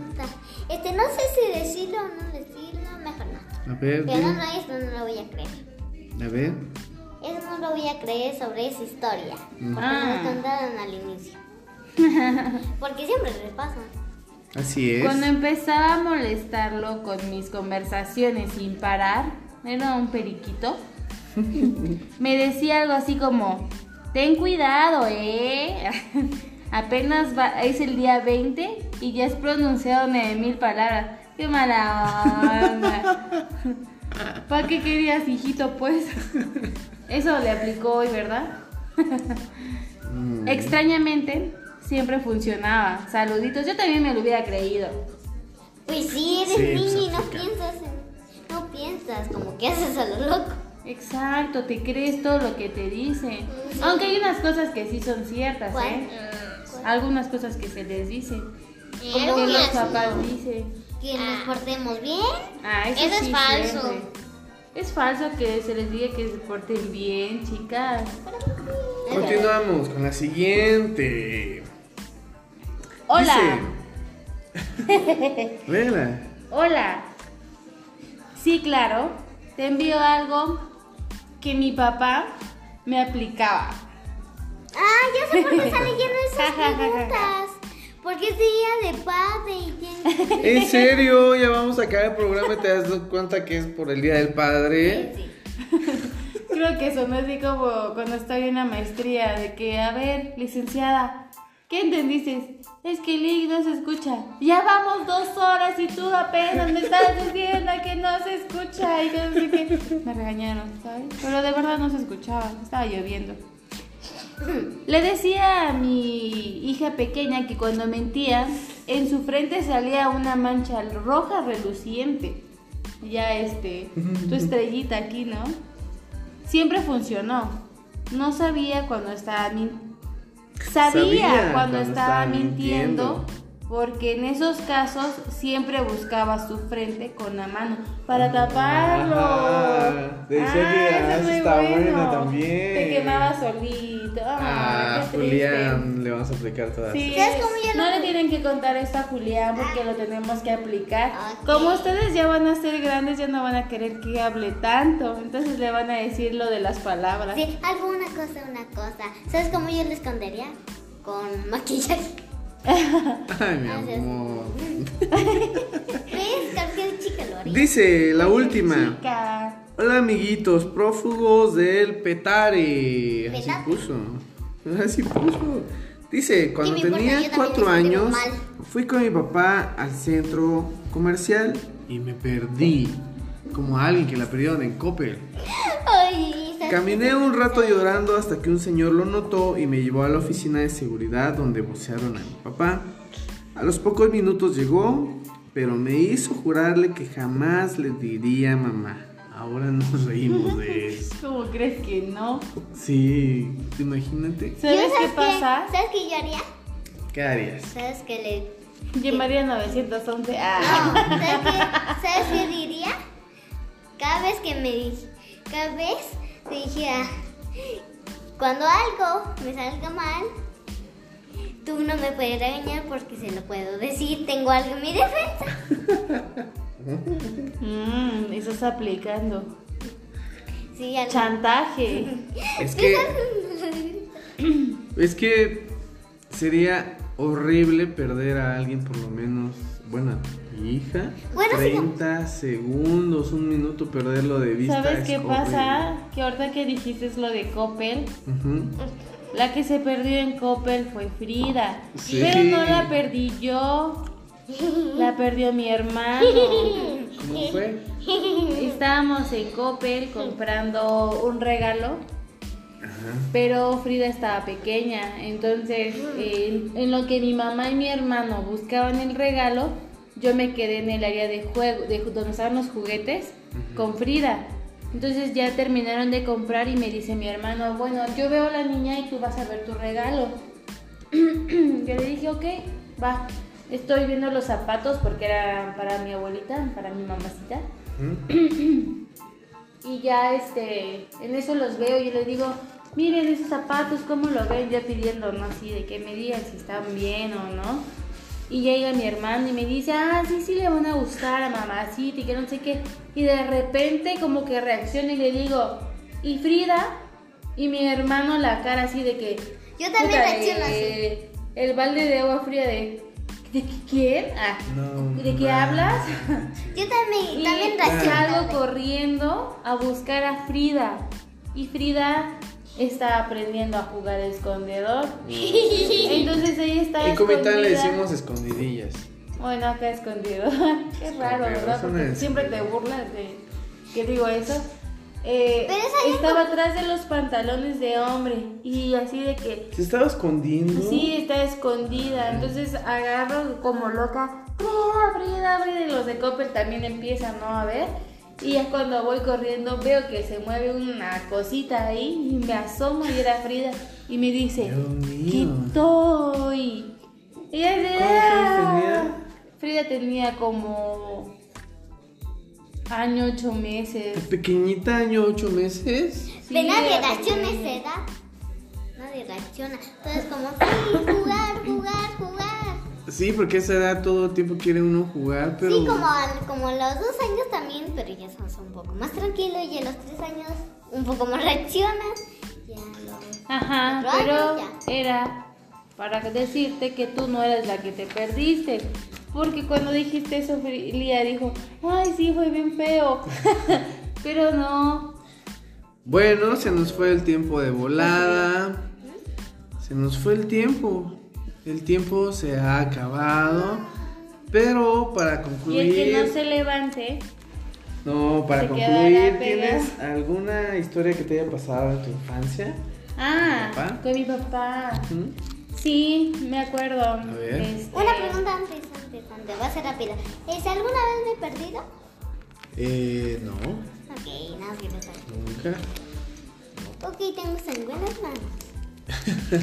S3: Este, no sé si decirlo o no decirlo, mejor no.
S1: A ver,
S3: Pero
S1: di.
S3: no, esto no lo voy a creer.
S1: a ver.
S3: Eso no lo voy a creer sobre esa historia. Porque
S2: Ah.
S3: nos contaron al inicio. porque siempre les pasa.
S1: Así es.
S2: Cuando empezaba a molestarlo con mis conversaciones sin parar, era un periquito, me decía algo así como, ten cuidado, ¿eh? Apenas va- es el día 20 y ya has pronunciado mil palabras. ¡Qué mala onda! ¿Para qué querías, hijito, pues? Eso le aplicó hoy, ¿verdad?
S1: Mm.
S2: Extrañamente, siempre funcionaba. Saluditos, yo también me lo hubiera creído.
S3: Pues sí, eres
S1: Sí, pues,
S3: niño y no
S1: aplica.
S3: piensas en- No piensas, como que haces a lo loco.
S2: ¿Ah, Exacto, te crees todo lo que te dicen. Aunque hay unas cosas que sí son ciertas,
S3: ¿Cuál?
S2: ¿eh? Algunas cosas que se les dicen.
S4: Eh,
S2: Como los
S4: algunas
S2: papás
S4: no.
S2: dicen.
S3: Que nos portemos bien.
S2: Ah, eso,
S4: Eso es
S2: sí
S4: falso.
S2: siempre. Es falso que se les diga que se porten bien, chicas.
S1: Continuamos con la siguiente.
S2: Hola,
S1: Dice- Vela.
S2: hola. Sí, claro, te envío algo que mi papá me aplicaba.
S3: Ah, ya sé por qué está leyendo
S2: Ja, ja,
S3: esas
S2: ja, ja, ja.
S3: preguntas. Porque es día de padre y tiene-
S1: En serio, ya vamos a acabar el programa y te das cuenta que es por el Día del Padre.
S2: Creo que eso no es así como cuando estoy en la maestría, de que, a ver, licenciada, ¿qué entendiste? Es que el IC no se escucha. Ya vamos dos horas y tú apenas me estás diciendo que no se escucha. Y yo no sé qué. Me regañaron, ¿sabes? Pero de verdad no se escuchaba, estaba lloviendo. Le decía a mi hija pequeña que cuando mentía, en su frente salía una mancha roja reluciente. Ya este, tu estrellita aquí, ¿no? Siempre funcionó. No sabía cuando estaba mintiendo. Sabía,
S1: Sabía
S2: cuando,
S1: cuando
S2: estaba,
S1: estaba
S2: mintiendo,
S1: mintiendo.
S2: porque en esos casos siempre buscaba su frente con la mano para taparlo.
S1: Ajá, decía que,
S2: eso
S1: ah,
S2: es
S1: eso
S2: muy
S1: está bueno también.
S2: Te quemaba solito. Ah,
S1: Ah,
S2: qué triste.
S1: Julián, le vamos a aplicar todas.
S2: Sí,
S3: ¿Sabes cómo yo
S2: no
S3: lo-
S2: le tienen que contar esto a Julián porque lo tenemos que aplicar.
S3: Ok.
S2: Como ustedes ya van a ser grandes, ya no van a querer que hable tanto. Entonces le van a decir lo de las palabras.
S3: Sí, alguna cosa, una cosa. ¿Sabes cómo yo lo escondería? Con maquillaje.
S1: Ay, mi
S3: Gracias.
S1: amor.
S3: ¿Ves? Cualquier chica lo haría.
S1: Dice la última.
S2: Chica.
S1: Hola amiguitos, prófugos del petare. Así
S3: ¿Petate?
S1: puso. Así puso. Dice, cuando
S3: me importa, yo
S1: tenía
S3: también
S1: cuatro
S3: me siento
S1: años,
S3: mal.
S1: fui con mi papá al centro comercial y me perdí. Como alguien que la perdieron en Coppel.
S3: Ay, ¿sabes?
S1: Caminé un rato llorando hasta que un señor lo notó y me llevó a la oficina de seguridad donde vocearon a mi papá. A los pocos minutos llegó, pero me hizo jurarle que jamás le diría a mamá. Ahora nos reímos de eso.
S2: ¿Cómo crees que no?
S1: Sí, imagínate.
S3: ¿Yo
S2: ¿Sabes qué pasa?
S3: ¿Sabes qué yo haría?
S1: ¿Qué harías?
S3: ¿Sabes qué le.?
S2: Llamaría 911.
S3: No,
S2: Ah.
S3: ¿sabes qué, ¿sabes qué diría? Cada vez que me di- Cada vez te dijera. Cuando algo me salga mal,
S4: tú no me puedes regañar porque se lo puedo decir, tengo algo en mi defensa.
S2: Mm, estás aplicando.
S4: Sí, algo.
S2: Chantaje.
S1: Es que. Es que sería horrible perder a alguien por lo menos. Bueno, a mi hija.
S4: Bueno, sí,
S1: 30 segundos, un minuto perderlo de vista.
S2: ¿Sabes
S1: es
S2: qué
S1: horrible.
S2: pasa? Que ahorita que dijiste es lo de Coppel,
S1: Ujú.
S2: la que se perdió en Coppel fue Frida.
S1: Sí.
S2: Pero no la perdí yo, la perdió mi hermano.
S1: ¿Cómo fue?
S2: Estábamos en Coppel comprando un regalo, pero Frida estaba pequeña, entonces eh, en lo que mi mamá y mi hermano buscaban el regalo, yo me quedé en el área de juego, de ju- donde estaban los juguetes, con Frida. Entonces ya terminaron de comprar y me dice mi hermano, bueno, yo veo a la niña y tú vas a ver tu regalo. yo le dije, ok, va. Estoy viendo los zapatos porque eran para mi abuelita, para mi mamacita.
S1: Ujú.
S2: Y ya este, en eso los veo y yo les digo, miren esos zapatos, ¿cómo lo ven? Yo pidiendo, ¿no? Así, de que me digan si están bien o no. Y llega mi hermano y me dice, ah, sí, sí, le van a gustar a mamacita y que no sé qué. Y de repente como que reacciona y le digo, ¿y Frida? Y mi hermano la cara así de que...
S4: Yo también
S2: puta,
S4: reacciono
S2: eh, El balde de agua fría de... ¿De qué- quién? Ah,
S1: Mm, No
S2: ¿De qué
S1: manches.
S2: hablas?
S4: Yo también,
S2: Y
S4: también
S2: salgo
S4: reacciono.
S2: corriendo a buscar a Frida. Y Frida está aprendiendo a jugar escondedor. Entonces ella está
S1: En Comitán le
S2: escondida.
S1: decimos escondidillas.
S2: Bueno, acá escondido. Qué
S1: Escondido,
S2: raro, ¿verdad?
S1: es una
S2: Porque siempre te
S1: escondida.
S2: burlas de que digo eso. Eh,
S4: Pero esa ya
S2: estaba atrás de los pantalones de hombre. Y así de que
S1: Se estaba escondiendo.
S2: Sí, está escondida. Entonces agarro como loca. Frida, Frida, Frida. Y los de Coppel también empiezan, ¿no? A ver. Y ya cuando voy corriendo veo que se mueve una cosita ahí y me asomo y era Frida. Y me dice,
S1: Dios mío.
S2: ¿qué estoy? Y ella dice,
S1: ¿Cuántos años
S2: "Ah".
S1: tenía?
S2: Frida tenía como año, ocho meses.
S1: Pequeñita, año, ocho meses.
S2: Sí,
S4: Pero nadie
S2: era
S4: reacciona a esa
S2: pequeña.
S4: edad. Nadie reacciona. Entonces como, sí, jugar, jugar, jugar.
S1: Sí, porque a esa edad todo tiempo quiere uno jugar, pero.
S4: Sí, como, al- como los dos años también, pero ya somos un poco más tranquilos y a los tres años un poco más reaccionas. Ya lo...
S2: Ajá,
S4: Cuatro
S2: pero
S4: años
S2: era para decirte que tú no eres la que te perdiste. Porque cuando dijiste eso, Fri- Lía dijo, ay, sí, fue bien feo. pero no.
S1: Bueno, se nos fue el tiempo de volada. Se nos fue el tiempo. El tiempo se ha acabado. Pero para
S2: Y
S1: concluir.
S2: el que no se levante,
S1: No, para
S2: se quedará
S1: concluir, ¿tienes alguna historia que te haya pasado en tu infancia?
S2: ah,
S1: ¿Con papá?
S2: con mi papá.
S1: ¿Mm?
S2: Sí, me acuerdo.
S1: ver.
S2: Este,
S4: Una pregunta antes, antes, antes, va a ser rápida. ¿Es alguna vez me he perdido?
S1: Eh, no,
S4: Ok, nada más quiero saber.
S1: nunca.
S4: Ok, tengo sanguinas manos.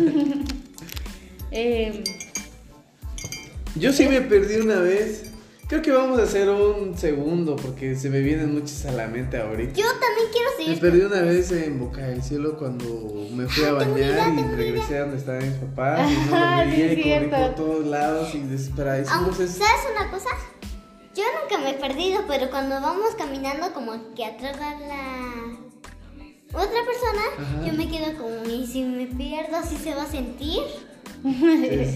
S2: em,
S1: Yo sí me perdí una vez. Creo que vamos a hacer un segundo porque se me vienen muchas a la mente ahorita.
S4: Yo también quiero
S1: Me
S4: seguir.
S1: perdí una vez en Boca del Cielo cuando me fui a
S4: Ah, tengo una idea,
S1: bañar y
S4: tengo una
S1: regresé a donde estaban mis papás y no
S2: Ah,
S1: los
S2: sí,
S1: veía
S2: es
S1: y corrí por
S2: cierto.
S1: todos lados y desesperadísimo.
S4: Aunque,
S1: Entonces,
S4: ¿Sabes una cosa? Yo nunca me he perdido, pero cuando vamos caminando como que atrás va la otra persona,
S1: Ajá.
S4: yo me quedo como, y si me pierdo, así se va a sentir.
S1: es horrible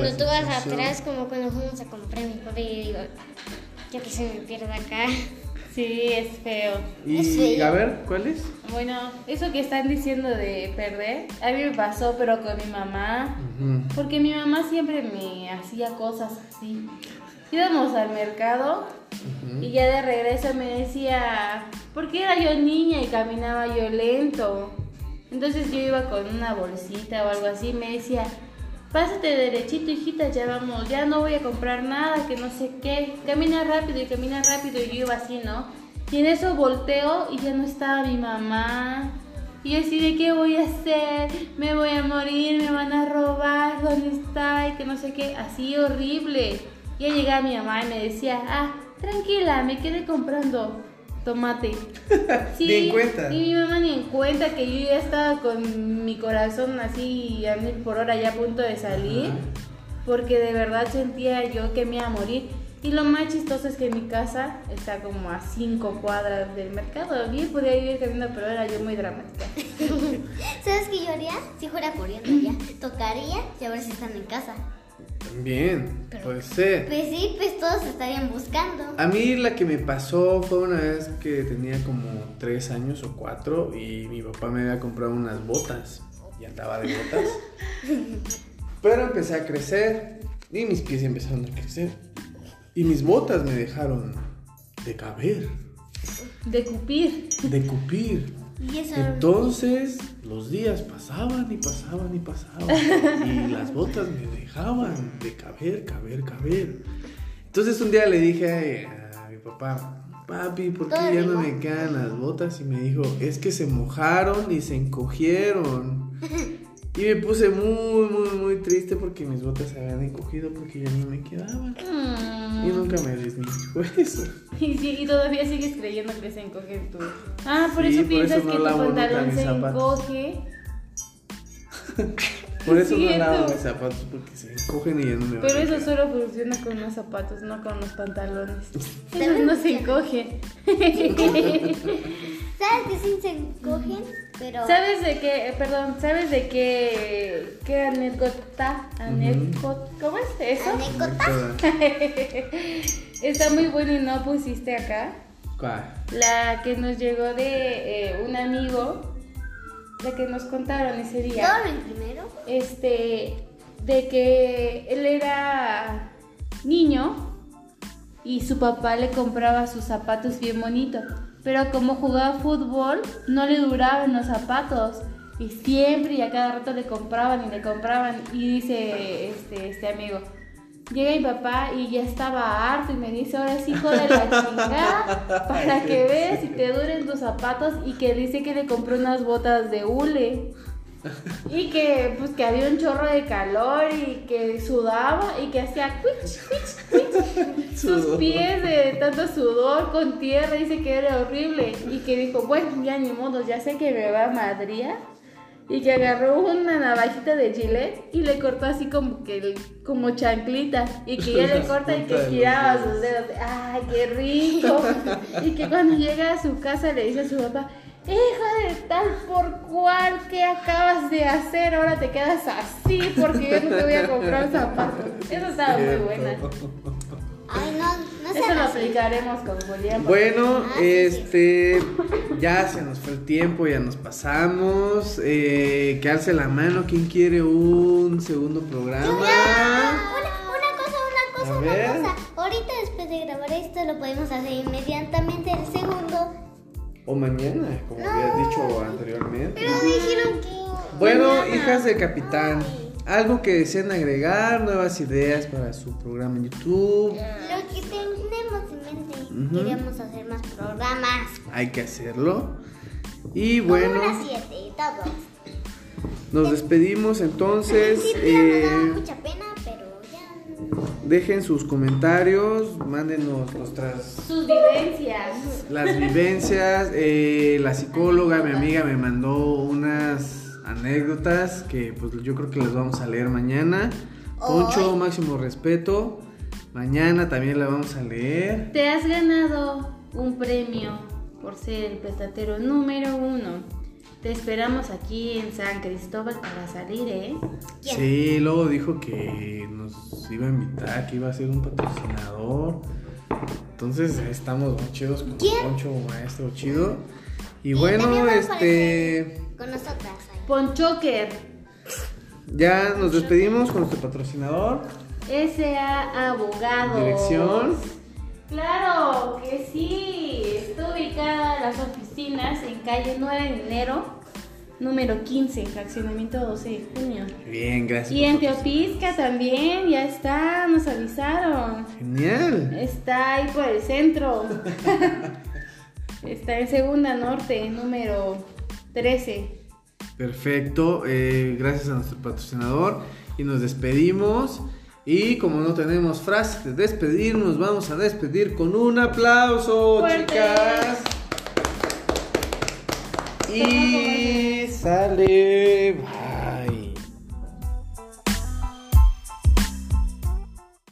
S1: la sensación.
S4: como cuando fuimos a comprar mi papá, y digo, yo que se me pierda acá.
S2: sí, es feo.
S1: Y
S4: Sí.
S1: a ver, ¿cuál es?
S2: Bueno, eso que están diciendo de perder, a mí me pasó, pero con mi mamá.
S1: Ujú.
S2: Porque mi mamá siempre me hacía cosas así. Íbamos al mercado y ya de regreso me decía, porque era yo niña y caminaba yo lento. Entonces yo iba con una bolsita o algo así y me decía, pásate derechito, hijita, ya vamos, ya no voy a comprar nada, que no sé qué. Camina rápido y camina rápido y yo iba así, ¿no? Y en eso volteo y ya no estaba mi mamá. Y yo así de qué voy a hacer, me voy a morir, me van a robar, ¿dónde está? Y que no sé qué, así horrible. Y ya llegaba mi mamá y me decía, ah, tranquila, me quedé comprando. tomate.
S1: Ni en cuenta.
S2: Y mi mamá ni en cuenta que yo ya estaba con mi corazón así a mil por hora ya a punto de salir.
S1: Ajá.
S2: Porque de verdad sentía yo que me iba a morir. Y lo más chistoso es que mi casa está como a cinco cuadras del mercado. Bien podía vivir caminando, pero era yo muy dramática.
S4: ¿Sabes qué yo haría? Si fuera corriendo ya, tocaría y a ver si están en casa.
S1: También, puede ser.
S4: Pues sí, pues todos estarían buscando.
S1: A mí la que me pasó fue una vez que tenía como tres años o cuatro y mi papá me había comprado unas botas y andaba de botas. Pero empecé a crecer y mis pies empezaron a crecer y mis botas me dejaron de caber,
S2: De cupir.
S1: de cupir.
S4: Y eso.
S1: Entonces los días pasaban y pasaban y pasaban y las botas me dejaban de caber, caber, caber. Entonces un día le dije a, a mi papá, papi, ¿por qué ya no me quedan las botas? Y me dijo, es que se mojaron y se encogieron. Y me puse muy, muy, muy triste porque mis botas se habían encogido porque ya no me quedaban. Y
S2: Ah.
S1: nunca me desmintió eso.
S2: Mm. Y, sí, y todavía sigues creyendo que se encoge tú. Ah, por
S1: Sí,
S2: eso
S1: por
S2: piensas
S1: eso no
S2: que tu
S1: lavo nunca
S2: pantalón
S1: mis
S2: se
S1: zapatos.
S2: encoge.
S1: Por eso no
S2: Cierto.
S1: lavo mis zapatos porque se encogen y ya no me van
S2: Pero
S1: a
S2: eso
S1: quedar.
S2: solo funciona con los zapatos, no con los pantalones. Esos
S4: También
S2: no se encogen.
S4: ¿Sabes que sí se encogen? Pero.
S2: ¿Sabes de qué? eh, Perdón, ¿sabes de qué? ¿Qué anécdota? Anécdota. ¿Cómo es eso?
S1: ¿Anécdota?
S2: Está muy bueno y no pusiste acá.
S1: ¿Cuál?
S2: La que nos llegó de eh, un amigo, la que nos contaron ese día.
S4: ¿Todo en primero?
S2: este de que él era niño y su papá le compraba sus zapatos bien bonitos, pero como jugaba fútbol no le duraban los zapatos y siempre y a cada rato le compraban y le compraban y dice este, este amigo Llega mi papá y ya estaba harto y me dice, ahora sí, hijo de la chingada, para que veas si te duren tus zapatos y que dice que le compró unas botas de hule. Y que pues que había un chorro de calor y que sudaba y que hacía cuich, cuich, cuich. sus
S1: Sudor.
S2: pies de tanto sudor con tierra, dice que era horrible y que dijo, bueno, ya ni modo, ya sé que me va a madría. Y que agarró una navajita de chile y le cortó así como que el- como chanclita y que ya le
S1: Las
S2: corta y que
S1: puntas de los
S2: giraba
S1: dedos.
S2: sus dedos. ¡Ay, qué rico! y que cuando llega a su casa le dice a su papá, hija de tal por cual, ¿qué acabas de hacer? Ahora te quedas así porque yo no te voy a comprar zapatos. Eso estaba muy buena.
S4: Ay, no, no
S2: Eso
S4: se
S2: lo aplicaremos con Julián.
S1: Bueno,
S4: Ah, sí,
S1: este, ya se nos fue el tiempo, ya nos pasamos. Eh, que alce la mano, ¿quién quiere un segundo programa?
S4: Una, una cosa, una cosa,
S1: A
S4: una
S1: ver.
S4: cosa. Ahorita después de grabar esto lo podemos hacer inmediatamente el segundo.
S1: O mañana, como habías dicho anteriormente.
S4: Pero dijeron que.
S1: Bueno,
S2: mañana.
S1: hijas del capitán,
S4: Ay.
S1: algo que deseen agregar, nuevas ideas para su programa en YouTube.
S4: Lo que tenemos en mente.
S1: Ujú.
S4: Queremos hacer más programas.
S1: Hay que hacerlo. Y
S4: Bueno.
S1: bueno.
S4: Como unas siete, todos.
S1: Nos despedimos entonces.
S4: Sí, pero nos daba
S1: eh,
S4: mucha pena, pero ya.
S1: dejen sus comentarios, mándenos nuestras
S2: Sus vivencias.
S1: las vivencias. eh, la psicóloga, mi amiga, me mandó unas anécdotas que pues yo creo que las vamos a leer mañana. Poncho, máximo respeto. Mañana también la vamos a leer.
S2: Te has ganado un premio por ser el petatero número uno. Te esperamos aquí en San Cristóbal para salir, ¿eh?
S4: ¿Quién?
S1: Sí, luego dijo que nos iba a invitar, que iba a ser un patrocinador. Entonces estamos muy chidos con Poncho, maestro chido. Y bueno,
S4: también vamos a
S1: este
S4: Con nosotras ahí.
S2: Ponchoker.
S1: ya nos despedimos con nuestro patrocinador.
S2: S.A. Abogados.
S1: Dirección.
S2: Claro que sí. Está ubicada las oficinas en calle 9 de enero, número 15, fraccionamiento 12 de junio.
S1: Bien, gracias.
S2: Y en
S1: por patrocinar.
S2: Teopisca también, ya está, nos avisaron.
S1: Genial.
S2: Está ahí por el centro. está en Segunda Norte, número 13.
S1: Perfecto. eh, gracias a nuestro patrocinador. Y nos despedimos. Y como no tenemos frase de despedirnos, vamos a despedir con un aplauso,
S2: Fuerte.
S1: chicas. Y sale. Bye.